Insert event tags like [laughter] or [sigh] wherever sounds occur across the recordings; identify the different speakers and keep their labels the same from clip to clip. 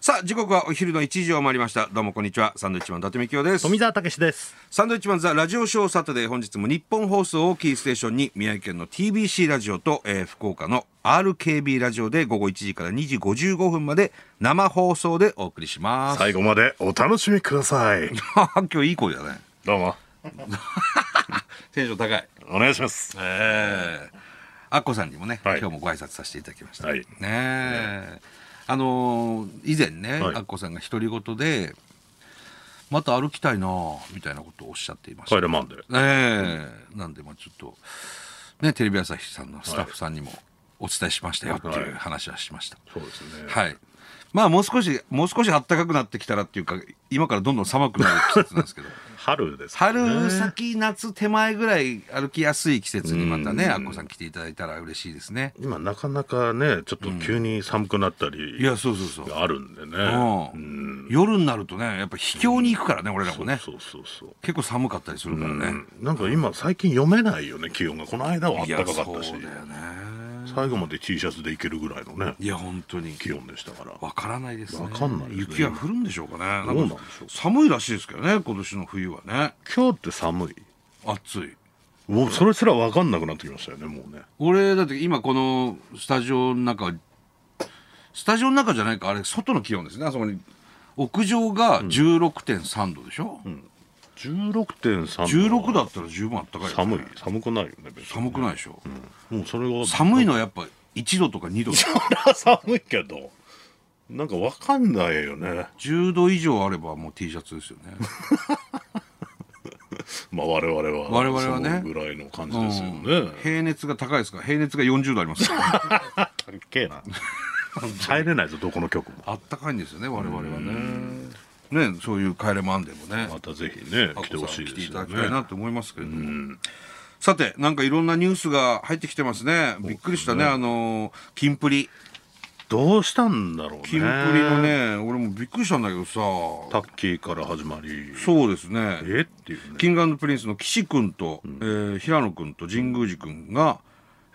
Speaker 1: さあ時刻はお昼の1時を回りましたどうもこんにちはサンドウィッチマン伊達美京です
Speaker 2: 富澤たけしです
Speaker 1: サンドウィッチマンザラジオショーサタデー本日も日本放送をキーステーションに宮城県の TBC ラジオと、えー福岡の RKB ラジオで午後1時から2時55分まで生放送でお送りします、
Speaker 3: 最後までお楽しみください。
Speaker 1: [laughs] 今日いい声だね
Speaker 3: [laughs] どうも、
Speaker 1: テンション高い
Speaker 3: お願いします。
Speaker 1: えー、アッコさんにもね、
Speaker 3: はい
Speaker 1: 今日もご挨拶させていただきました、
Speaker 3: はい
Speaker 1: ねえ、あのー以前ね、
Speaker 3: はい
Speaker 1: アッコさんが独り言でまた歩きたいなあみたいなことをおっしゃっていました
Speaker 3: イレマンで。
Speaker 1: ええなんでまあちょっとねテレビ朝日さんのスタッフさんにもお伝えしましたよって
Speaker 3: はい
Speaker 1: いう話はしました、
Speaker 3: そうですね。
Speaker 1: はい。まあもう少しもう少し暖かくなってきたらっていうか今からどんどん寒くなる季節なんですけど
Speaker 3: 春です、ね。
Speaker 1: 春先夏手前ぐらい歩きやすい季節にまたねあっこさん来ていただいたら嬉しいですね
Speaker 3: 今なかなかね、ちょっと急に寒くなったり。
Speaker 1: いやそうそうそう、
Speaker 3: あるんでね。
Speaker 1: う
Speaker 3: う
Speaker 1: ん、
Speaker 3: ん
Speaker 1: 夜になるとねやっぱ秘境に行くからね、俺らもね
Speaker 3: そうそうそう。
Speaker 1: 結構寒かったりするからね、
Speaker 3: なんか今最近読めないよね気温がこの間はい
Speaker 1: や
Speaker 3: 暖かか
Speaker 1: そ
Speaker 3: っ
Speaker 1: う
Speaker 3: たし
Speaker 1: だよね
Speaker 3: 最後まで T シャツでいけるぐらいのね
Speaker 1: いや本当に
Speaker 3: 気温でしたから
Speaker 1: わからないですね
Speaker 3: わかんないですね
Speaker 1: 雪が降るんでしょうかね
Speaker 3: どうなんでしょう
Speaker 1: 寒いらしいですけどね今年の冬はね
Speaker 3: 今日って寒い
Speaker 1: 暑い
Speaker 3: もうそれすら分かんなくなってきましたよねもうね
Speaker 1: 俺だって今このスタジオの中スタジオの中じゃないかあれ外の気温ですねあそこに屋上が16.3度でしょ、
Speaker 3: 16.3
Speaker 1: 16だったら十分あったかいよね、
Speaker 3: 寒い寒くないよね別に
Speaker 1: 寒くないでしょ、
Speaker 3: もうそれが
Speaker 1: 寒いのはやっぱ1度とか2度
Speaker 3: そりゃ [laughs] 寒いけどなんかわかんないよね
Speaker 1: 10度以上あればもう T シャツですよね
Speaker 3: まあ我々は
Speaker 1: 我々はね
Speaker 3: そのぐらいの感じ [laughs] ですよね
Speaker 1: 平熱が高いですから平熱が40度あり
Speaker 3: [laughs]
Speaker 1: ますから
Speaker 3: たっけえな [laughs] 入れないぞどこの曲も
Speaker 1: あったかいんですよね我々はね。ねそういう「帰れマンデー」もね
Speaker 3: またぜひね
Speaker 1: あ
Speaker 3: 来てほしい
Speaker 1: 来て
Speaker 3: で
Speaker 1: い
Speaker 3: す
Speaker 1: た
Speaker 3: よ
Speaker 1: だきたいな
Speaker 3: ね
Speaker 1: と思いますけれども、さてなんかいろんなニュースが入ってきてますねびっくりしたねあのーキンプリ
Speaker 3: どうしたんだろうね
Speaker 1: キンプリのね俺もびっくりしたんだけどさ
Speaker 3: タッキーから始まり
Speaker 1: そうですね
Speaker 3: えっていうね
Speaker 1: キングプリンスの岸君と、えー平野君と神宮寺君が、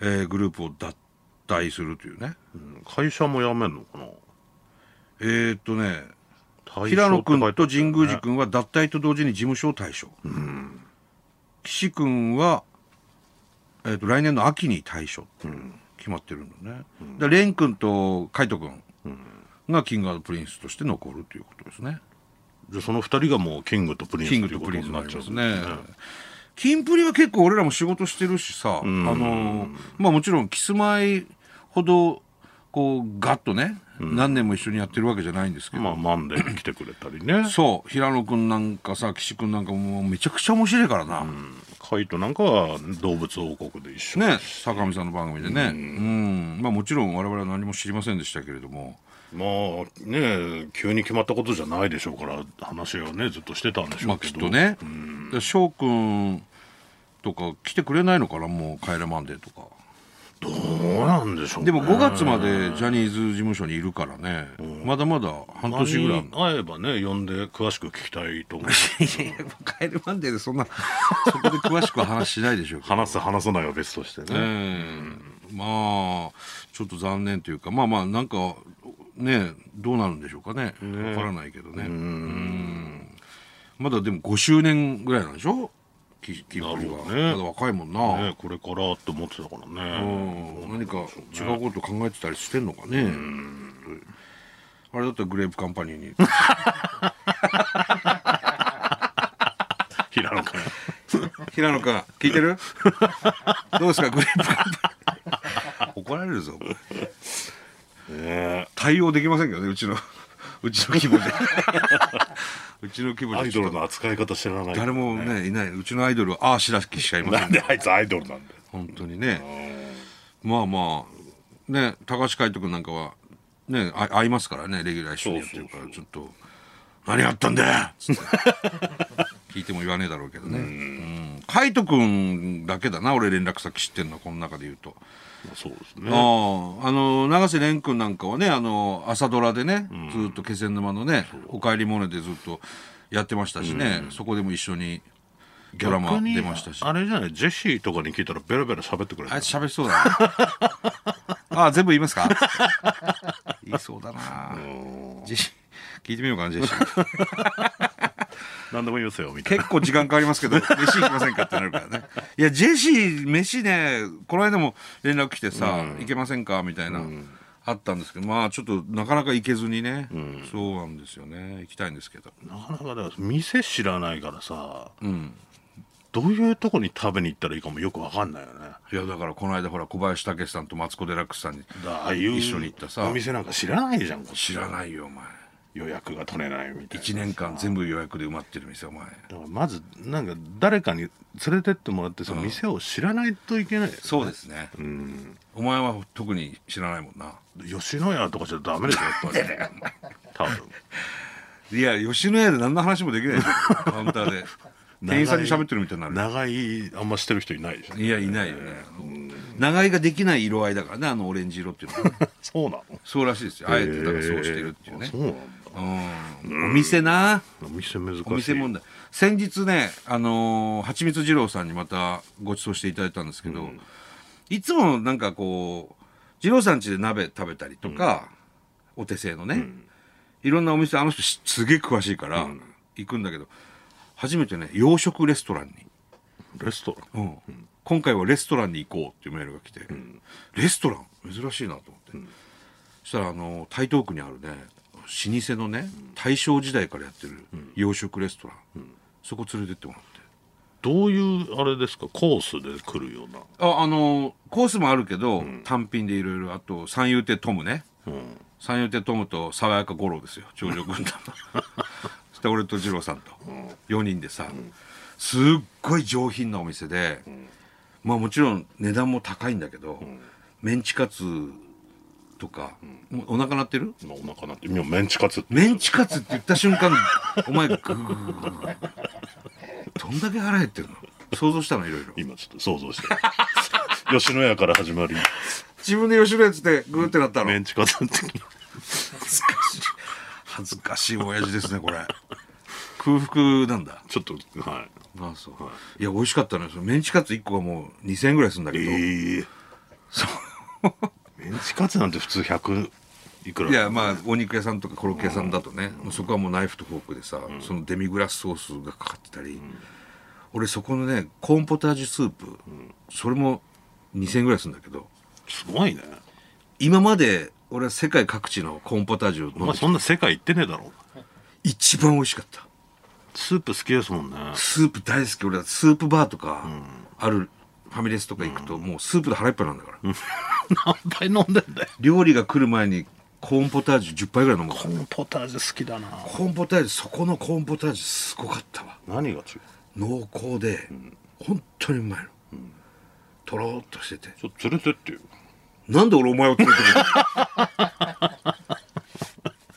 Speaker 1: えーグループを脱退するというね
Speaker 3: うん会社も辞めんのかな
Speaker 1: えー、っとね
Speaker 3: 退
Speaker 1: 平野君
Speaker 3: 職って書いて
Speaker 1: と
Speaker 3: あったよ
Speaker 1: 神
Speaker 3: ね
Speaker 1: 宮寺君は脱退と同時に事務所を退所、岸君は、えー、と来年の秋に退所って決まってるんだね、で蓮君と海斗君がキングプリンスとして残るということですね
Speaker 3: じゃあその二人がもうキングとプリンス
Speaker 1: キング
Speaker 3: ってい
Speaker 1: と
Speaker 3: うこ
Speaker 1: プ
Speaker 3: と
Speaker 1: リンス
Speaker 3: に
Speaker 1: に
Speaker 3: な
Speaker 1: な
Speaker 3: っ
Speaker 1: っ
Speaker 3: ち
Speaker 1: ち
Speaker 3: ゃ
Speaker 1: ゃ
Speaker 3: う
Speaker 1: うんんです
Speaker 3: で
Speaker 1: す
Speaker 3: ね
Speaker 1: ねキンプリは結構俺らも仕事してるしさ、あのまあもちろんキスマイほどこうガッとね、何年も一緒にやってるわけじゃないんですけど、
Speaker 3: まあマンデーに来てくれたりね
Speaker 1: そう平野君なんかさ岸君なんかもうめちゃくちゃ面白いからな、
Speaker 3: カイトなんかは動物王国で一緒
Speaker 1: ね坂上さんの番組でねうん、まあもちろん我々は何も知りませんでしたけれども
Speaker 3: まあね急に決まったことじゃないでしょうから話はねずっとしてたんでしょ
Speaker 1: まあ
Speaker 3: うけ
Speaker 1: きっ
Speaker 3: ど、
Speaker 1: とねで翔君とか来てくれないのかなもう「帰れマンデー」とか
Speaker 3: どうなんでしょうね
Speaker 1: でも5月までジャニーズ事務所にいるからね、まだまだ半
Speaker 3: 何
Speaker 1: 年ぐらいある
Speaker 3: に会えばね呼んで詳しく聞きたいと思う
Speaker 1: いやいや「帰れマンデー」でそんな [laughs] そこで詳しくは [laughs] 話しないでしょうけど
Speaker 3: 話す話さないは別としてね、
Speaker 1: うんまあちょっと残念というかまあまあなんかねどうなるんでしょうかねわからないけどねうんまだでも5周年ぐらいなんでしょキキンプリは、
Speaker 3: なるほどね
Speaker 1: まだ若いもんな、
Speaker 3: ねこれからって思ってたからね
Speaker 1: うん何か違うこと考えてたりしてんのかねあれだったらグレープカンパニーに
Speaker 3: 平野君
Speaker 1: [laughs] 平野君聞い [laughs] てるどうですかグレープカンパニー [laughs] 怒られるぞ
Speaker 3: ね
Speaker 1: 対応できませんけどねうちの [laughs] うちの規模
Speaker 3: [laughs]
Speaker 1: でうちの規模
Speaker 3: ア
Speaker 1: で
Speaker 3: イ
Speaker 1: ちょっ
Speaker 3: ドル
Speaker 1: と
Speaker 3: の扱い方知らない
Speaker 1: 誰もねいないうちのアイドルはああ白木しかいませ
Speaker 3: なんんであいつアイドルなんだよ
Speaker 1: 本当にねまあまあね高橋海人君なんかはねあ会いますからねレギュラー一緒にやってるからちょっと「何やったんだよ!」っ
Speaker 3: [laughs]
Speaker 1: つって聞いても言わねえだろうけどねうん海人君だけだな俺連絡先知ってんのこの中で言うと。
Speaker 3: そうです
Speaker 1: あ
Speaker 3: ね
Speaker 1: ああの永瀬廉君なんかはねあの朝ドラでね、ずっと気仙沼のね「おかえりモネ」でずっとやってましたしね、そこでも一緒にドラマ
Speaker 3: 逆に
Speaker 1: 出ましたし
Speaker 3: あれじゃないジェシーとかに聞いたらベラベラ喋ってくれる
Speaker 1: あいつ喋りそうだなあ
Speaker 3: [laughs]
Speaker 1: 全部言いますか言いそうだなジェシー聞いてみようかなジェシー
Speaker 3: 何でも言いますよみたいな
Speaker 1: 結構時間かかりますけ [laughs] ど飯行きませんかってなるからねいやジェシー飯ねこの間も連絡来てさ、行けませんかみたいな、あったんですけどまあちょっとなかなか行けずにね、そうなんですよね行きたいんですけど
Speaker 3: なかなかだから店知らないからさ
Speaker 1: うん
Speaker 3: どういうとこに食べに行ったらいいかもよくわかんないよねだか
Speaker 1: いやだからこの間ほら小林武史さんとマツコ・デラックスさんに
Speaker 3: らああいう
Speaker 1: 一緒に行ったさ
Speaker 3: お店なんか知らないじゃんこっち
Speaker 1: 知らないよお前
Speaker 3: 予約が取れないみたいな
Speaker 1: 1年間全部予約で埋まってる店お前
Speaker 3: だからまずなんか誰かに連れてってもらってその店を知らないといけない、
Speaker 1: そうですね、
Speaker 3: うん、
Speaker 1: お前は特に知らないもんな
Speaker 3: 吉野家とかじゃダメでしょやっ
Speaker 1: [laughs]
Speaker 3: ぱり多分
Speaker 1: いや吉野家で何の話もできないよカウンタ [laughs] ーで店員さんに喋ってるみたいになる
Speaker 3: 長いあんましてる人いないでしょ
Speaker 1: いやいないよね、長居ができない色合いだからねあのオレンジ色っていうの
Speaker 3: [laughs]
Speaker 1: は
Speaker 3: そうなの
Speaker 1: そうらしいですよあえてだからそうしてるっていう
Speaker 3: へー
Speaker 1: ね
Speaker 3: あ、そうなんだ
Speaker 1: うんお店な
Speaker 3: お店難しい
Speaker 1: お店問題先日ねあのーはちみつ二郎さんにまたご馳走していただいたんですけど、いつもなんかこう二郎さん家で鍋食べたりとか、お手製のね、いろんなお店あの人しすげえ詳しいから行くんだけど、初めてね洋食レストランに、
Speaker 3: レストラン
Speaker 1: うん今回はレストランに行こうっていうメールが来て、レストラン珍しいなと思って、そしたらあの台東区にあるね老舗のね大正時代からやってる洋食レストラン、そこ連れてってもらって
Speaker 3: どういうあれですかコースで来るような
Speaker 1: ああのコースもあるけど、単品でいろいろあと三遊亭トムね
Speaker 3: うん
Speaker 1: 三遊亭トムと爽やか五郎ですよ長女軍団のそして俺と二郎さんと4人でさ、すっごい上品なお店で、まあもちろん値段も高いんだけど、メンチカツとか、もうお腹鳴ってる
Speaker 3: まあお腹なって今メンチカツって
Speaker 1: メンチカツって言った瞬間お前グーグーグーグーどんだけ腹減ってるの想像したのいろいろ
Speaker 3: 今ちょっと想像して [laughs] 吉野家から始まり
Speaker 1: 自分で吉野家っつってグーってなったの、
Speaker 3: メンチカツの時に
Speaker 1: 恥ずかしい恥ずかしい親父ですねこれ空腹なんだ
Speaker 3: ちょっとはい
Speaker 1: あそう、い、や美味しかったのよそのメンチカツ1個がもう2000円ぐらいするんだけど、
Speaker 3: ええメンチカツなんて普通100いくら
Speaker 1: いやまあお肉屋さんとかコロッケ屋さんだとね、もうそこはもうナイフとフォークでさ、そのデミグラスソースがかかってたり、俺そこのねコーンポタージュスープ、それも2000円ぐらいするんだけど
Speaker 3: すごいね
Speaker 1: 今まで俺は世界各地のコーンポタージュを
Speaker 3: お
Speaker 1: 飲ん
Speaker 3: 前
Speaker 1: できた
Speaker 3: そんな世界行ってねえだろ
Speaker 1: 一番美味しかった
Speaker 3: スープ好きですもんね [laughs]
Speaker 1: スープ大好き俺はスープバーとかあるファミレスとか行くと、もうスープで腹いっぱいなんだから、
Speaker 3: 何杯飲んでんだよ
Speaker 1: 料理が来る前にコーンポタージュ10杯ぐらい飲むから
Speaker 3: コーンポタージュ好きだな
Speaker 1: コーンポタージュそこのコーンポタージュすごかったわ
Speaker 3: 何が違う
Speaker 1: 濃厚で、本当にうまいの、とろーっとしてて
Speaker 3: ちょっと連れてってよ
Speaker 1: なんで俺お前を連れてくるの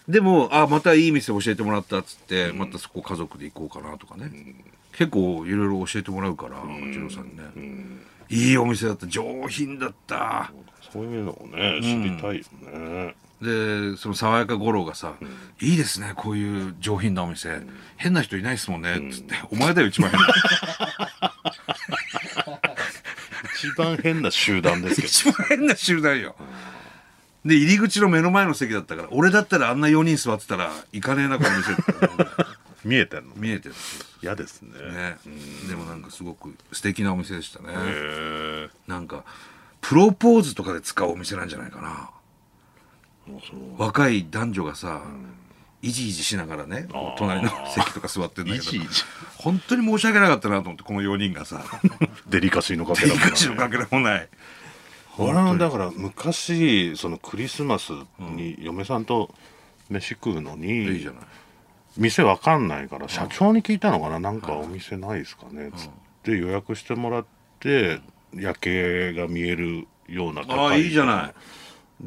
Speaker 1: [laughs] でもあまたいい店教えてもらったっつって、またそこ家族で行こうかなとかね、結構いろいろ教えてもらうから八郎さんにね、いいお店だった上品だった、
Speaker 3: そういうのをね知りたいよね、
Speaker 1: でその爽やか五郎がさ、いいですねこういう上品なお店、変な人いないですもんね」っつって「お前だよ一番変な
Speaker 3: 一番変な集団ですけど
Speaker 1: 一番変な集団よ」で入り口の目の前の席だったから俺だったらあんな4人座ってたら行かねえなこの店って
Speaker 3: [laughs] 見えてんの
Speaker 1: 見えてる
Speaker 3: 嫌ですね
Speaker 1: ね、でもなんかすごく素敵なお店でしたね、
Speaker 3: へえ
Speaker 1: なんかプロポーズとかで使うお店なんじゃないかな
Speaker 3: そう
Speaker 1: 若い男女がさ、いじいじしながらね
Speaker 3: あー
Speaker 1: 隣の席とか座ってんだけど
Speaker 3: いじいじ
Speaker 1: 本当に申し訳なかったなと思ってこの4人がさ
Speaker 3: デリカシーのか
Speaker 1: 手
Speaker 3: けらもない
Speaker 1: かしのかけらもない
Speaker 3: 俺はだから昔そのクリスマスに嫁さんと飯食うのに、
Speaker 1: いいじゃない
Speaker 3: 店わかんないから社長に聞いたのかな、なんかお店ないですかね、つって予約してもらって夜景が見えるような
Speaker 1: ああいいじゃな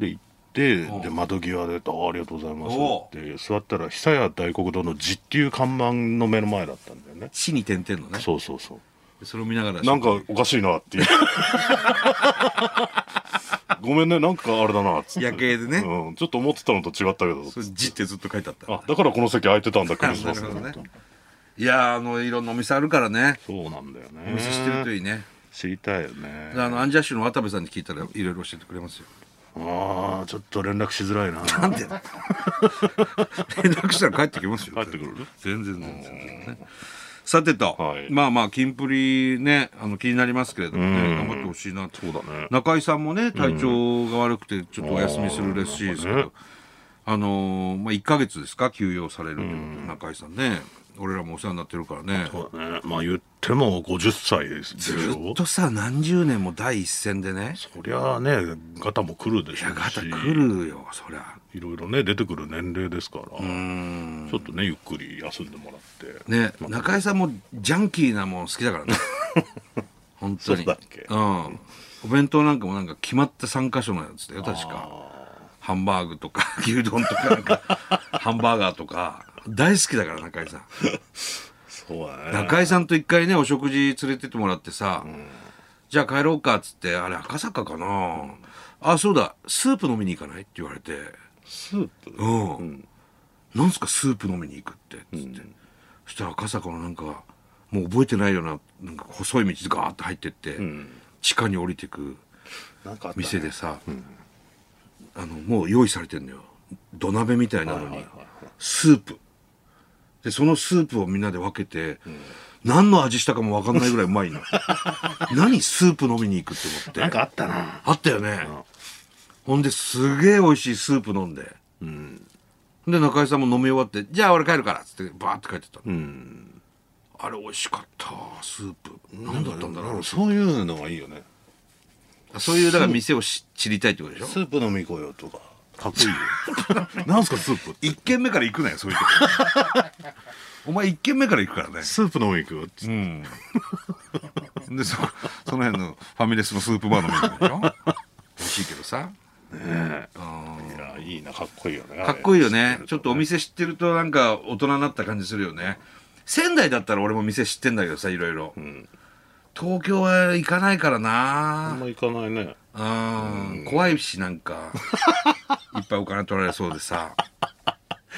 Speaker 1: い
Speaker 3: いで行ってで窓際で「あありがとうございます」
Speaker 1: おう
Speaker 3: って座ったら久屋大黒堂の「字」っていう看板の目の前だったんだよね
Speaker 1: 死に点々のね
Speaker 3: そうそうそう
Speaker 1: それを見ながら
Speaker 3: なんかおかしいなっていう [laughs] ごめんねなんかあれだなっつって
Speaker 1: 夜景でね
Speaker 3: うん、ちょっと思ってたのと違ったけど
Speaker 1: それ字ってずっと書いてあった
Speaker 3: あだからこの席空いてたんだクリスマス
Speaker 1: なるほどね
Speaker 3: と思った
Speaker 1: いやーあのいろんなお店あるからね
Speaker 3: そうなんだよね
Speaker 1: お店知ってるといいね
Speaker 3: 知りたいよね [laughs]
Speaker 1: あのアンジャッシュの渡部さんに聞いたらいろいろ教えてくれますよ
Speaker 3: ああちょっと連絡しづらいな
Speaker 1: なんで連絡したら帰ってきますよ
Speaker 3: 帰ってくる
Speaker 1: 全然全然ねさてと、
Speaker 3: はい
Speaker 1: まあまあキンプリねあの気になりますけれどもね
Speaker 3: うん
Speaker 1: 頑張ってほしいなそうだ
Speaker 3: ね
Speaker 1: 中井さんもね体調が悪くてちょっとお休みするらしいですけ
Speaker 3: うん
Speaker 1: どあのーまあ1か月ですか休養されるということで中井さんね俺らもお世話になってるからね
Speaker 3: そうだねまあ言っても50歳ですでし
Speaker 1: ず
Speaker 3: ょ
Speaker 1: っとさ何十年も第一線でね
Speaker 3: そりゃあねガタも来るでしょ
Speaker 1: や
Speaker 3: う
Speaker 1: が
Speaker 3: して
Speaker 1: 来るよそりゃ
Speaker 3: いろいろね出てくる年齢ですから、
Speaker 1: うん
Speaker 3: ちょっとねゆっくり休んでもらって
Speaker 1: ね中井さんもジャンキーなもん好きだからね
Speaker 3: [laughs]
Speaker 1: 本当に
Speaker 3: そうだっけ
Speaker 1: ん、お弁当なんかもなんか決まった3箇所のやつだよ確か
Speaker 3: あ
Speaker 1: ハンバーグとか [laughs] 牛丼とかなんかハンバーガーとか大好きだから中井さん
Speaker 3: ーそうだね
Speaker 1: 中井さんと一回ねお食事連れてってもらってさ、じゃあ帰ろうかっつってあれ赤坂かな、あそうだスープ飲みに行かないって言われて
Speaker 3: スープ
Speaker 1: うん、なんすかスープ飲みに行くってつって、そしたら赤坂のなんかもう覚えてないようななんか細い道ガーッと入ってって、地下に降りてく
Speaker 3: なんかあったね
Speaker 1: 店でさ、あのもう用意されてんのよ土鍋みたいなのにスープでそのスープをみんなで分けて、何の味したかも分かんないぐらいうまい [laughs] の何スープ飲みに行くって思って
Speaker 3: なんかあったな
Speaker 1: あったよね、ほんですげえ美味しいスープ飲んで、で中居さんも飲み終わって「じゃあ俺帰るから」っつってバーって帰ってったの、あれ美味しかったスープ何だったんだろう
Speaker 3: そういうのがいいよね
Speaker 1: そういうだから店をし知りたいってことでしょ
Speaker 3: スープ飲み行こうよとかかっこいいよ
Speaker 1: [laughs]
Speaker 3: なんすかスープって
Speaker 1: 一軒目から行くなよそういうと [laughs] こお前一軒目から行くからね
Speaker 3: スープ飲み行くよって
Speaker 1: でそその辺のファミレスのスープバーのメニューでしょ美味しいけどさ
Speaker 3: いやいいなかっこいいよね
Speaker 1: かっこいいよねちょっとお店知ってるとなんか大人になった感じするよね仙台だったら俺も店知ってんだけどさいろいろ、東京は行かないから
Speaker 3: あん
Speaker 1: な
Speaker 3: ま行かないね
Speaker 1: うん、怖いしなん [laughs] かいっぱいお金取られそうでさ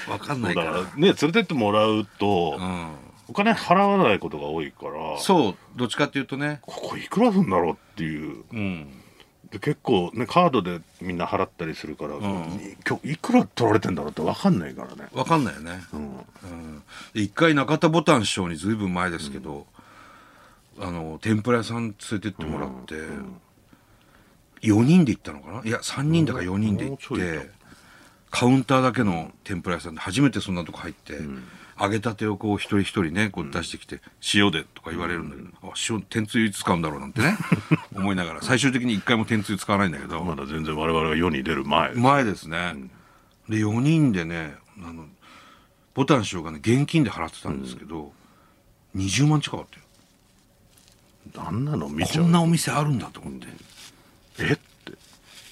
Speaker 1: わかんな
Speaker 3: だ
Speaker 1: い
Speaker 3: か
Speaker 1: から
Speaker 3: らね連れてってもらうと、
Speaker 1: うん、
Speaker 3: お金払わないことが多いから
Speaker 1: そうどっちかっていうとね
Speaker 3: ここいくらすんだろうっていう
Speaker 1: うん
Speaker 3: で結構ねカードでみんな払ったりするから、い今日いくら取られてんだろうって分かんないからね
Speaker 1: わかんないよね、うんで一回中田ボタン師匠にずいぶん前ですけど、あの天ぷら屋さん連れてってもらって、4人で行ったのかないや3人だから4人で行って、
Speaker 3: うんもうちょいだ
Speaker 1: カウンターだけの天ぷら屋さんで初めてそんなとこ入って、揚げたてをこう一人一人ねこう出してきて、塩でとか言われるんだけど、あ塩天つゆ使うんだろうなんて
Speaker 3: [laughs]
Speaker 1: ね思いながら最終的に一回も天つゆ使わないんだけど、
Speaker 3: まだ全然我々が世に出る前、
Speaker 1: 前ですね、で4人でねあのボタン師匠がね現金で払ってたんですけど、20万近かったよ
Speaker 3: あんなの見ちゃ
Speaker 1: こ
Speaker 3: うん
Speaker 1: なお店あるんだと思って、
Speaker 3: えって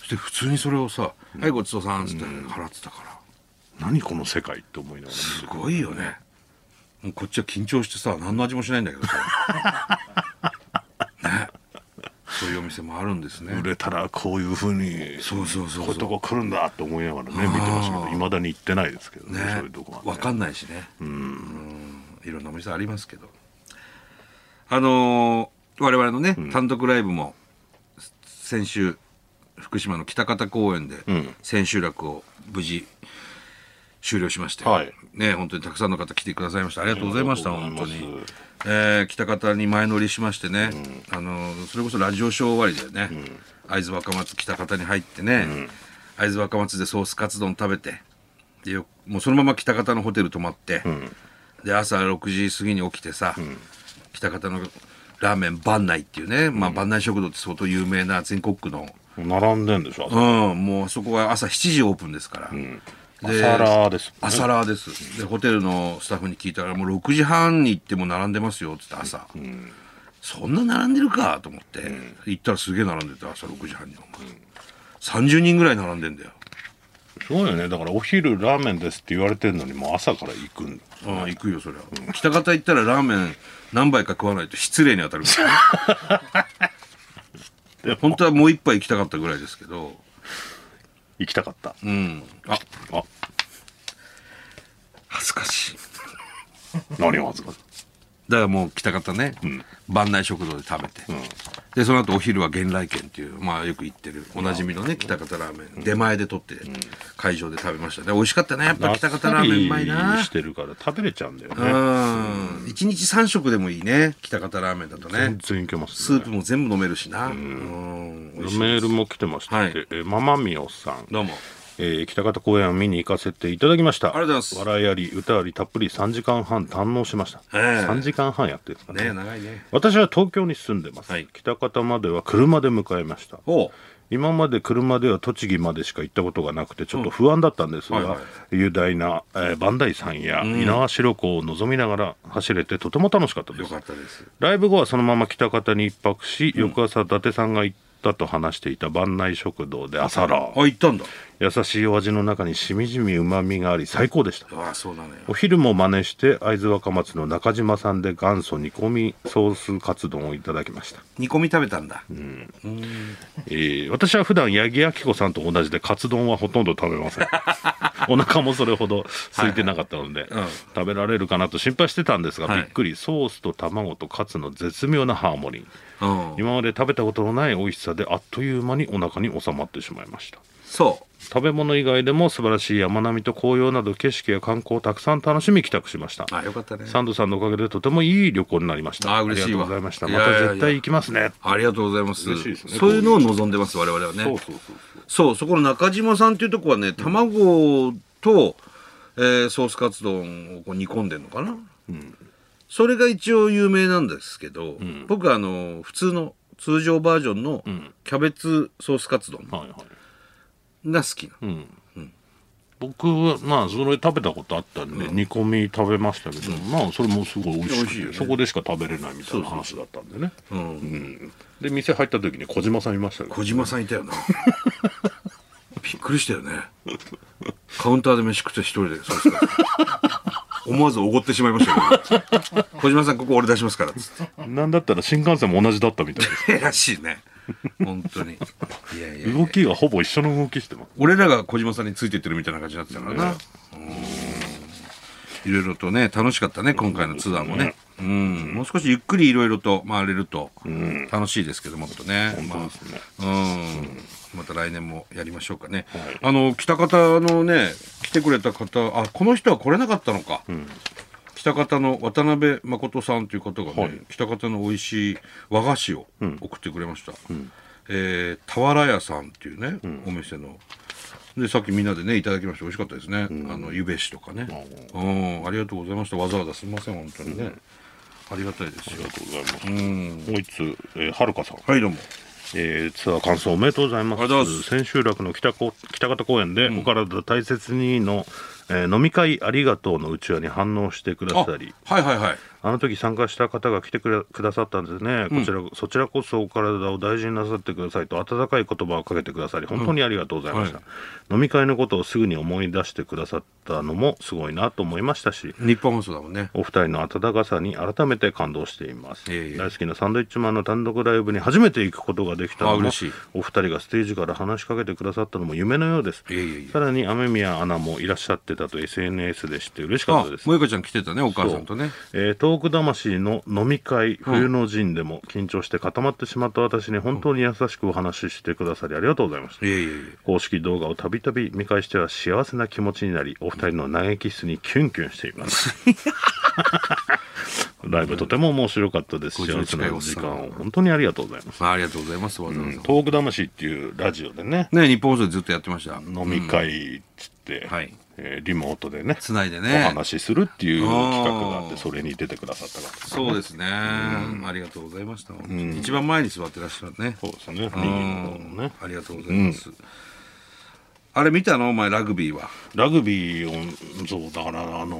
Speaker 1: そして普通にそれをさ「はいごちそうさん」っつって払ってたから、
Speaker 3: 何この世界って思いながら
Speaker 1: すごいよねもうこっちは緊張してさ何の味もしないんだけど [laughs] さねそういうお店もあるんですね
Speaker 3: 売れたらこういうふうに
Speaker 1: そうそうそう
Speaker 3: こういう
Speaker 1: そ
Speaker 3: と
Speaker 1: う
Speaker 3: こ来るんだって思いながらね見てましたけどいまだに行ってないですけどね
Speaker 1: ね
Speaker 3: そういうとこは、ね、
Speaker 1: 分かんないしねうんいろんなお店ありますけどあのー我々のね、単独ライブも先週福島の北方公園で
Speaker 3: ん
Speaker 1: 千秋楽を無事終了しまして、
Speaker 3: はい
Speaker 1: ね本当にたくさんの方来てくださいましたありがとうございました
Speaker 3: ありがとう
Speaker 1: 本
Speaker 3: ご
Speaker 1: 当
Speaker 3: ざいます
Speaker 1: に、えー北方に前乗りしましてね、あのーそれこそラジオショー終わりだよね、会津若松北方に入ってね、会津若松でソースカツ丼食べてでよもうそのまま北方のホテル泊まって、で朝6時過ぎに起きてさ、北方のラーメン番内っていうね、まあ、番内食堂って相当有名な全国区の、
Speaker 3: 並んでんでしょ
Speaker 1: うん、もうあそこは朝7時オープンですから、で
Speaker 3: 朝ラーですもんね
Speaker 1: 朝ラーですでホテルのスタッフに聞いたらもう6時半に行っても並んでますよっつって朝、そんな並んでるかと思って、行ったらすげえ並んでて朝6時半に、30人ぐらい並んでんだよ、
Speaker 3: すごいよねだからお昼ラーメンですって言われてるのにもう朝から行くんだ
Speaker 1: ああ行くよそりゃ、北方行ったらラーメン何杯か食わないと失礼に当たるから、ね、本当はもう一杯行きたかったぐらいですけど
Speaker 3: 行きたかった、
Speaker 1: うんあ
Speaker 3: あ
Speaker 1: 恥ずかしい
Speaker 3: 何を恥ずかしい
Speaker 1: だからもう北方ね、番内食堂で食べて、でその後お昼は源来軒っていう、まあ、よく行ってるおなじみのね北方ラーメン出前で取って会場で食べましたね美味しかったねやっぱ北方ラーメンうまい
Speaker 3: あっさ
Speaker 1: な
Speaker 3: りしてるから食べれちゃうんだよ
Speaker 1: うん
Speaker 3: ね
Speaker 1: 1日3食でもいいね北方ラーメンだとね
Speaker 3: 全然いけます
Speaker 1: ス
Speaker 3: ね
Speaker 1: ープも全部飲めるしなうん美味しい
Speaker 3: メールも来てましたって、
Speaker 1: はい
Speaker 3: えーママミオさん、
Speaker 1: どうも
Speaker 3: えー、北方公演を見に行かせていただきましたあ
Speaker 1: りがとうございます
Speaker 3: 笑いあり歌ありたっぷり3時間半堪能しました、
Speaker 1: ええ
Speaker 3: 3時間半やってるんですかね
Speaker 1: ね長いね
Speaker 3: 私は東京に住んでます、
Speaker 1: はい
Speaker 3: 北方までは車で迎えました
Speaker 1: おう
Speaker 3: 今まで車では栃木までしか行ったことがなくてちょっと不安だったんですが、
Speaker 1: うんはいは
Speaker 3: 雄大な、えー、磐梯山や猪苗代湖を望みながら走れてとても楽しかったで
Speaker 1: よ
Speaker 3: す
Speaker 1: かったです
Speaker 3: ライブ後はそのまま北方に一泊し、翌朝伊達さんが行ったと話していた番内食堂で朝ラー、
Speaker 1: あ行ったんだ
Speaker 3: 優しいお味の中にしみじみうまみがあり最高でした
Speaker 1: ああそうなのよ
Speaker 3: お昼も真似して会津若松の中島さんで元祖煮込みソースカツ丼をいただきました、
Speaker 1: 煮込み食べたんだ
Speaker 3: えー私は普段八木亜希子さんと同じでカツ丼はほとんど食べ
Speaker 1: [laughs]
Speaker 3: ませんお腹もそれほど空いてなかったので、
Speaker 1: はいうん
Speaker 3: 食べられるかなと心配してたんですが、
Speaker 1: はい
Speaker 3: びっくりソースと卵とカツの絶妙なハーモニー
Speaker 1: うん
Speaker 3: 今まで食べたことのない美味しさであっという間にお腹に収まってしまいました
Speaker 1: そ
Speaker 3: 食べ物以外でも素晴らしい山並みと紅葉など景色や観光をたくさん楽しみ帰宅しました、
Speaker 1: うあよかったね
Speaker 3: サンドさんのおかげでとてもいい旅行になりました
Speaker 1: あ嬉しいわ
Speaker 3: ありがとうございました
Speaker 1: い
Speaker 3: ま
Speaker 1: やいやいや
Speaker 3: た絶対行きますね
Speaker 1: ありがとうございます
Speaker 3: 嬉しいですね
Speaker 1: そういうのを望んでます我々はね
Speaker 3: そうそうそう
Speaker 1: そう、そこの中島さんっていうとこはね、卵と、えーソースカツ丼をこう煮込んでんのかな、それが一応有名なんですけど、僕はあの、普通の、通常バージョンの
Speaker 3: ん
Speaker 1: キャベツソースカツ丼
Speaker 3: そうはいはい
Speaker 1: が好きなの。
Speaker 3: うん、僕はまあそれ食べたことあったんで、煮込み食べましたけど、まあそれもすごい美味しくて
Speaker 1: 美味しいよね
Speaker 3: そこでしか食べれないみたいな話だったんでね
Speaker 1: うん
Speaker 3: うんで店入った時に小島さんいましたけど
Speaker 1: 小島さんいたよな。 [laughs] びっくりしたよね。カウンターで飯食って一人で、そうですか。思わずおごってしまいましたけど、小島さんここ俺出しますから、つって。
Speaker 3: なんだったら新幹線も同じだったみたい
Speaker 1: [laughs]
Speaker 3: です
Speaker 1: らしいね。本当に。いやいやいや
Speaker 3: 動きがほぼ一緒の動きしてます
Speaker 1: 俺らが小島さんについてってるみたいな感じになってたからな。うんいろいろとね、楽しかったね、今回のツアーもね。うん、もう少しゆっくりいろいろと回れると楽しいですけどもっとね。ま
Speaker 3: 本
Speaker 1: あ
Speaker 3: 当ですね
Speaker 1: うん、また来年もやりましょうかね、あの北方のね来てくれた方あこの人は来れなかったのか、北方の渡辺誠さんという方がね、
Speaker 3: はい
Speaker 1: 北方の美味しい和菓子を送ってくれました、えー、俵屋さんっていうね、お店のでさっきみんなでねいただきました美味しかったですね、あのゆべしとかね、うん、ありがとうございましたわざわざすみません本当にね、ありがたいです
Speaker 3: あり
Speaker 1: よ
Speaker 3: がとうございます。もう一つ、えー、はるかさん、
Speaker 1: はいどうも
Speaker 3: えー、ツアー感想おめでとうございます。
Speaker 1: ありがとうございます
Speaker 3: 千秋楽の北こ北方公園で、お体大切にの、えー飲み会ありがとうのうちわに反応してくださり、
Speaker 1: あはいはいはい
Speaker 3: あの時参加した方が来てくれくださったんですね。こちら、そちらこそお体を大事になさってくださいと温かい言葉をかけてくださり、本当にありがとうございました。
Speaker 1: は
Speaker 3: 飲み会のことをすぐに思い出してくださったのもすごいなと思いましたし、
Speaker 1: 日本放送だもんね
Speaker 3: お二人の温かさに改めて感動しています、
Speaker 1: いえいえ
Speaker 3: 大好きなサンドイッチマンの単独ライブに初めて行くことができた
Speaker 1: あ
Speaker 3: のも
Speaker 1: 嬉しい
Speaker 3: お二人がステージから話しかけてくださったのも夢のようです
Speaker 1: いえいえいえ
Speaker 3: さらに雨宮アナもいらっしゃってたと SNS で知って嬉しかっ
Speaker 1: あ
Speaker 3: たです
Speaker 1: もゆかちゃん来てたねお母さんとね
Speaker 3: えートーク魂の飲み会冬の陣でも緊張して固まってしまった私に本当に優しくお話ししてくださりありがとうございました
Speaker 1: いやいやいや
Speaker 3: 公式動画をたびたび見返しては幸せな気持ちになりお二人の嘆き室にキュンキュンしています
Speaker 1: [laughs]
Speaker 3: ライブとても面白かったです
Speaker 1: 50
Speaker 3: 幸せな
Speaker 1: 近いおっ
Speaker 3: 時
Speaker 1: さん
Speaker 3: 間を本当にありがとうございます
Speaker 1: まあありがとうございますわざわざ、
Speaker 3: トーク魂っていうラジオでね
Speaker 1: ね日本放送でずっとやってました
Speaker 3: 飲み会っつって、
Speaker 1: はい
Speaker 3: えーリモートでね
Speaker 1: つないで
Speaker 3: お
Speaker 1: ね
Speaker 3: 話しするっていう企画があっ
Speaker 1: あー
Speaker 3: てそれに出てくださったから
Speaker 1: そうですね、ありがとうございました、本当に一番前に座ってらっしゃるね
Speaker 3: そうですね
Speaker 1: う
Speaker 3: 右の方
Speaker 1: ん
Speaker 3: のね
Speaker 1: ありがとうございます、あれ見たのお前ラグビーは
Speaker 3: ラグビーをそうだからあの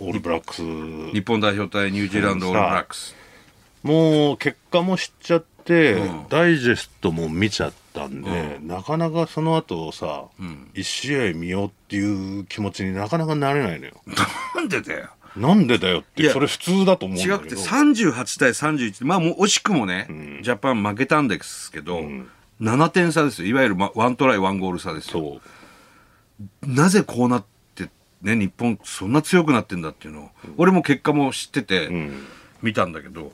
Speaker 3: オールブラックス
Speaker 1: 日本代表対ニュージーランドオールブラックス
Speaker 3: もう結果も知っちゃっ
Speaker 1: う
Speaker 3: て、
Speaker 1: ん
Speaker 3: ダイジェストも見ちゃったんで、なかなかその後さ、一1試合見ようっていう気持ちになかなかなれないのよ
Speaker 1: なんでだよ
Speaker 3: なんでだよっ
Speaker 1: い
Speaker 3: て
Speaker 1: や
Speaker 3: それ普通だと思うん
Speaker 1: 違
Speaker 3: だ
Speaker 1: く
Speaker 3: け
Speaker 1: て
Speaker 3: ど
Speaker 1: 38対31まあもう惜しくもね、ジャパン負けたんですけど、7点差ですよいわゆるまワントライワンゴール差ですよ
Speaker 3: そう
Speaker 1: なぜこうなって、ね、日本そんな強くなってんだっていうのを、俺も結果も知ってて、見たんだけど、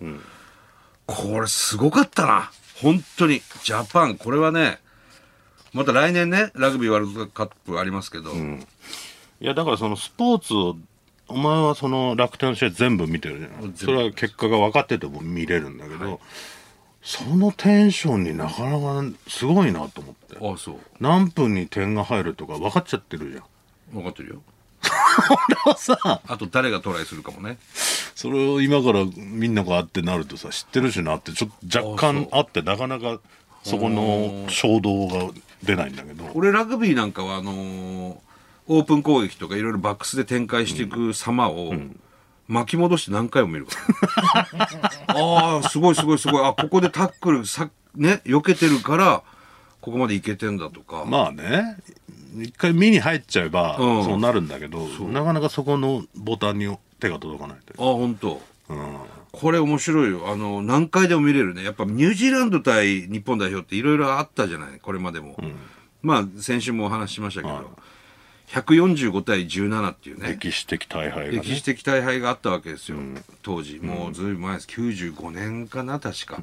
Speaker 1: これすごかったな。本当に。ジャパン、これはね、また来年ね、ラグビーワールドカップありますけど、
Speaker 3: いやだからそのスポーツをお前はその楽天の試合全部見てるじゃないそれは結果が分かってても見れるんだけど、そのテンションになかなかすごいなと思って
Speaker 1: ああ、そう。
Speaker 3: 何分に点が入るとか分かっちゃってるじゃん
Speaker 1: 分かってるよ。
Speaker 3: でもさ
Speaker 1: あと誰がトライするかもね。
Speaker 3: それを今からみんながあってなるとさ知ってるしなってちょっと若干あってなかなかそこの衝動が出ないんだけど
Speaker 1: 俺ラグビーなんかはあのーオープン攻撃とかいろいろバックスで展開していく様を、巻き戻して何回も見るから、 [laughs] ああすごいすごいすごいあここでタックルさね避けてるからここまでいけてんだとか、
Speaker 3: まあね一回見に入っちゃえば
Speaker 1: うん
Speaker 3: そうなるんだけど、なかなかそこのボタンに手が届かないという
Speaker 1: ああ本当
Speaker 3: うん
Speaker 1: これ面白いよあの何回でも見れるねやっぱニュージーランド対日本代表っていろいろあったじゃないこれまでも、まあ先週もお話ししましたけど、145対17っていうね
Speaker 3: 歴史的大敗が、
Speaker 1: 歴
Speaker 3: ね
Speaker 1: 史、的大敗があったわけですよ、当時もうずいぶん前です95年かな確か、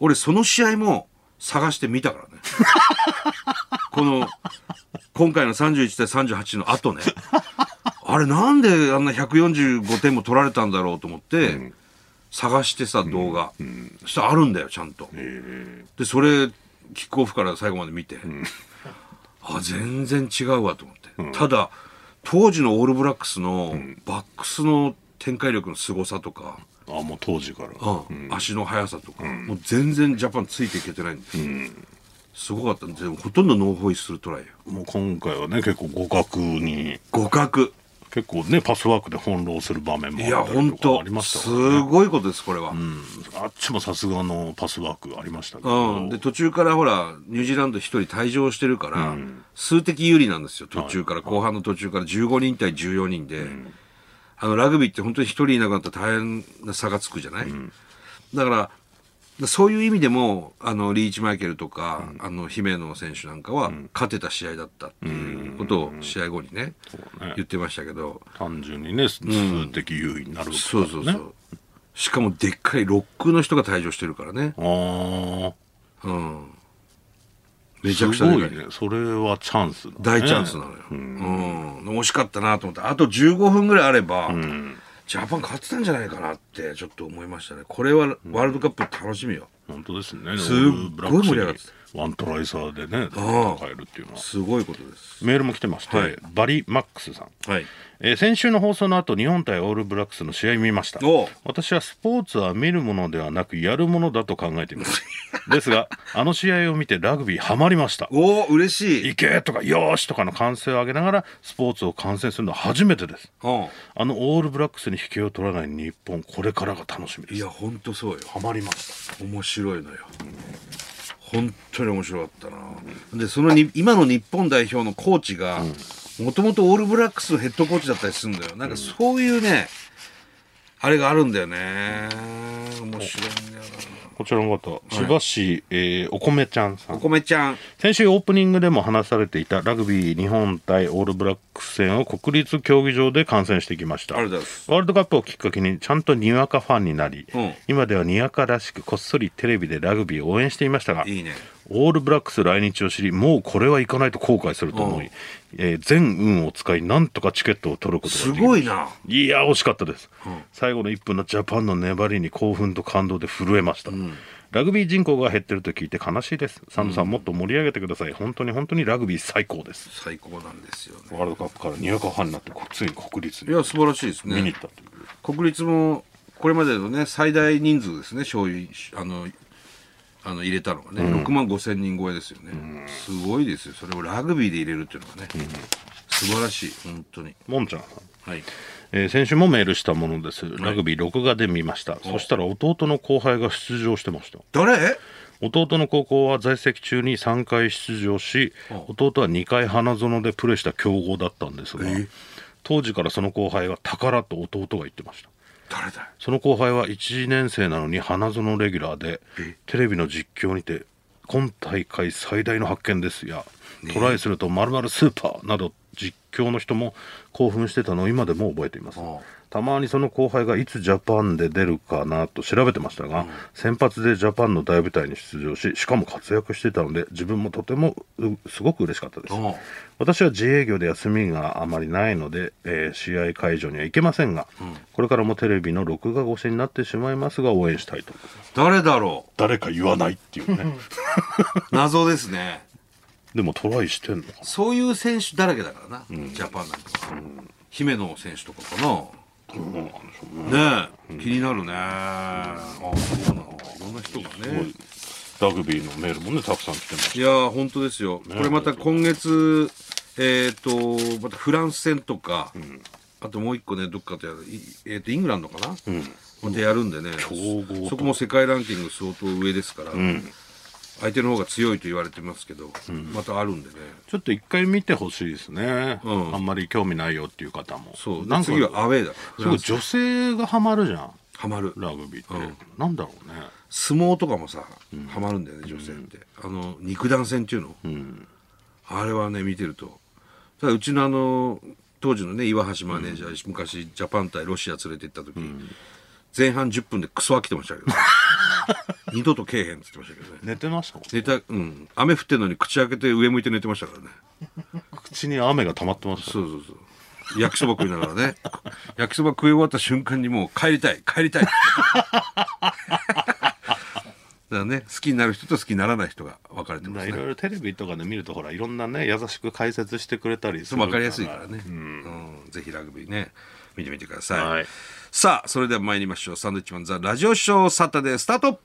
Speaker 1: 俺その試合も探してみたからね [laughs] この今回の31対38の後ねあれなんであんな145点も取られたんだろうと思って、探してさ動画、そしたらあるんだよちゃんと、
Speaker 3: え
Speaker 1: でそれキックオフから最後まで見て、あ全然違うわと思って、ただ当時のオールブラックスのバックスの展開力の凄さとか、
Speaker 3: ーあもう当時から、
Speaker 1: うん足の速さとか、もう全然ジャパンついていけてないんですよ、すごかったんでほとんどノーホイッスルトライよ
Speaker 3: もう今回はね結構互角に
Speaker 1: 互角
Speaker 3: 結構ねパスワークで翻弄する場面も
Speaker 1: いや
Speaker 3: あったり
Speaker 1: 本
Speaker 3: とか
Speaker 1: 当
Speaker 3: ありました
Speaker 1: す
Speaker 3: からね
Speaker 1: ごいことですこれは、
Speaker 3: あっちもさすがのパスワークありましたけど、
Speaker 1: うん、で途中からほらニュージーランド1人退場してるから、数的有利なんですよ途中から、後半の途中から15人対14人で、あのラグビーって本当に1人いなくなったら大変な差がつくじゃない、だからそういう意味でもあのリーチマイケルとか、あの姫野選手なんかは、勝てた試合だったっていうことを試合後にね,、
Speaker 3: ね
Speaker 1: 言ってましたけど
Speaker 3: 単純にね数的優位になること
Speaker 1: そう
Speaker 3: だ
Speaker 1: そ
Speaker 3: もん
Speaker 1: う
Speaker 3: ね
Speaker 1: そう、しかもでっかいロックの人が退場してるからね、
Speaker 3: ああ
Speaker 1: うん、め
Speaker 3: め
Speaker 1: ちゃくちゃ
Speaker 3: す
Speaker 1: で
Speaker 3: ご
Speaker 1: かい
Speaker 3: いねそれはチャンスだ、ね、
Speaker 1: 大チャンスなのよ、うん惜しかったなと思ってあと15分ぐらいあれば、ジャパン勝ってたんじゃないかなってちょっと思いましたねこれはワールドカップ楽しみよ、
Speaker 3: 本当ですね
Speaker 1: すっごい盛り上がって
Speaker 3: たワントライ差でね
Speaker 1: ああ
Speaker 3: 戦えるっていうのは
Speaker 1: すごいことです
Speaker 3: メールも来てまして、
Speaker 1: はい
Speaker 3: バリ・マックスさん
Speaker 1: はい
Speaker 3: えー先週の放送の後日本対オールブラックスの試合見ました
Speaker 1: おう
Speaker 3: 私はスポーツは見るものではなくやるものだと考えています
Speaker 1: [laughs]
Speaker 3: ですがあの試合を見てラグビーハマりました
Speaker 1: おお嬉しい
Speaker 3: 行けとかよーしとかの歓声を上げながらスポーツを観戦するのは初めてです
Speaker 1: うん
Speaker 3: あのオールブラックスに引けを取らない日本これからが楽しみで
Speaker 1: い
Speaker 3: す
Speaker 1: やほんとそうよ
Speaker 3: ハマりまし
Speaker 1: 面白いのよ本当に面白かったな、でそのに今の日本代表のコーチがもともとオールブラックスのヘッドコーチだったりするんだよなんかそういうね、あれがあるんだよね面白いんだよ
Speaker 3: たこちらの方千葉市、えーお米ちゃんさ
Speaker 1: なお
Speaker 3: ん
Speaker 1: 米ちゃん
Speaker 3: 先週オープニングでも話されていたラグビー日本対オールブラックス戦を国立競技場で観戦してきました
Speaker 1: ありがとうございます
Speaker 3: ワールドカップをきっかけにちゃんとにわかファンになり、
Speaker 1: うん
Speaker 3: 今ではにわからしくこっそりテレビでラグビーを応援していましたが
Speaker 1: いいね
Speaker 3: オールブラックス来日を知りもうこれは行かないと後悔すると思い、えー全運を使いなんとかチケットを取ることがですきました
Speaker 1: ごいない
Speaker 3: や惜しかったです、最後の1分のジャパンの粘りに興奮と感動で震えました、ラグビー人口が減ってると聞いて悲しいですサムさんもっと盛り上げてください、本当に本当にラグビー最高です
Speaker 1: 最高なんですよね
Speaker 3: ワールドカップから200半になってこついに国立
Speaker 1: い
Speaker 3: に
Speaker 1: や素晴らしいです
Speaker 3: 見に
Speaker 1: ね
Speaker 3: 行ったという、
Speaker 1: 国立もこれまでのね最大人数ですね醤油あのあの入れたのがね、6万5千人超えですよね、すごいですよそれをラグビーで入れるっていうのがね、素晴らしい本当に
Speaker 3: もんちゃんさん
Speaker 1: はい
Speaker 3: えー先週もメールしたものですラグビー録画で見ました、そしたら弟の後輩が出場してました
Speaker 1: 誰
Speaker 3: 弟の高校は在籍中に3回出場し弟は2回花園でプレーした強豪だったんですが当時からその後輩は宝と弟が言ってました
Speaker 1: 誰だよ
Speaker 3: その後輩は1年生なのに花園レギュラーでテレビの実況にて今大会最大の発見ですやトライするとまるスーパーなど実況の人も興奮してたのを今でも覚えています
Speaker 1: ああ
Speaker 3: たまにその後輩がいつジャパンで出るかなと調べてましたが、先発でジャパンの大舞台に出場ししかも活躍していたので自分もとてもうすごく嬉しかったです
Speaker 1: ああ
Speaker 3: 私は自営業で休みがあまりないので、えー試合会場には行けませんが、これからもテレビの録画越しになってしまいますが応援したいと思います
Speaker 1: 誰だろ
Speaker 3: 誰か言わないっていうね
Speaker 1: う謎ですね
Speaker 3: でもトライしてんのか
Speaker 1: そういう選手だらけだからな、ジャパンなんかは、姫野選手とかかな
Speaker 3: などうなんでしょうね
Speaker 1: ねえ、気になるねあそうなのいろんな人がね
Speaker 3: ラグビーのメールもねたくさん来てます
Speaker 1: いやー本当ですよ、これまた今月えっ、とまたフランス戦とか、あともう一個ねどっかとやるいえー、とイングランドかな、またやるんでね
Speaker 3: 合
Speaker 1: そこも世界ランキング相当上ですから、相手の方が強いと言われてますけど、またあるんでね
Speaker 3: ちょっと一回見てほしいですね、
Speaker 1: うん
Speaker 3: あんまり興味ないよっていう方も
Speaker 1: そう
Speaker 3: なんか
Speaker 1: 次はアウェーだか
Speaker 3: す
Speaker 1: ら
Speaker 3: ごい女性がハマるじゃん
Speaker 1: ハマる
Speaker 3: ラグビーって、
Speaker 1: うん
Speaker 3: なんだろうね
Speaker 1: 相撲とかもさハマるんだよね女性って、あの肉弾戦っていうの、あれはね見てるとただうちのあの当時のね岩橋マネージャー、昔ジャパン対ロシア連れて行った時、前半10分でクソ飽きてましたけど [laughs] 二度とけえへんって言ってましたけどね
Speaker 3: 寝てましたもん
Speaker 1: 寝たうん雨降ってんのに口開けて上向いて寝てましたからね
Speaker 3: 口に雨が溜まってました
Speaker 1: そうそうそう焼きそば食いながらね焼きそば食い終わった瞬間にもう帰りたい帰りたい [laughs] だからね好きになる人と好きにならない人が分かれてま
Speaker 3: まあ
Speaker 1: す
Speaker 3: い
Speaker 1: ね
Speaker 3: ろいろテレビとかで見るとほらいろんなね優しく解説してくれたりする
Speaker 1: 分かりやすいからね、うんぜひラグビーね見てみてください、
Speaker 3: はい
Speaker 1: さあそれでは参りましょうサンドウィッチマンザラジオショーサタデースタート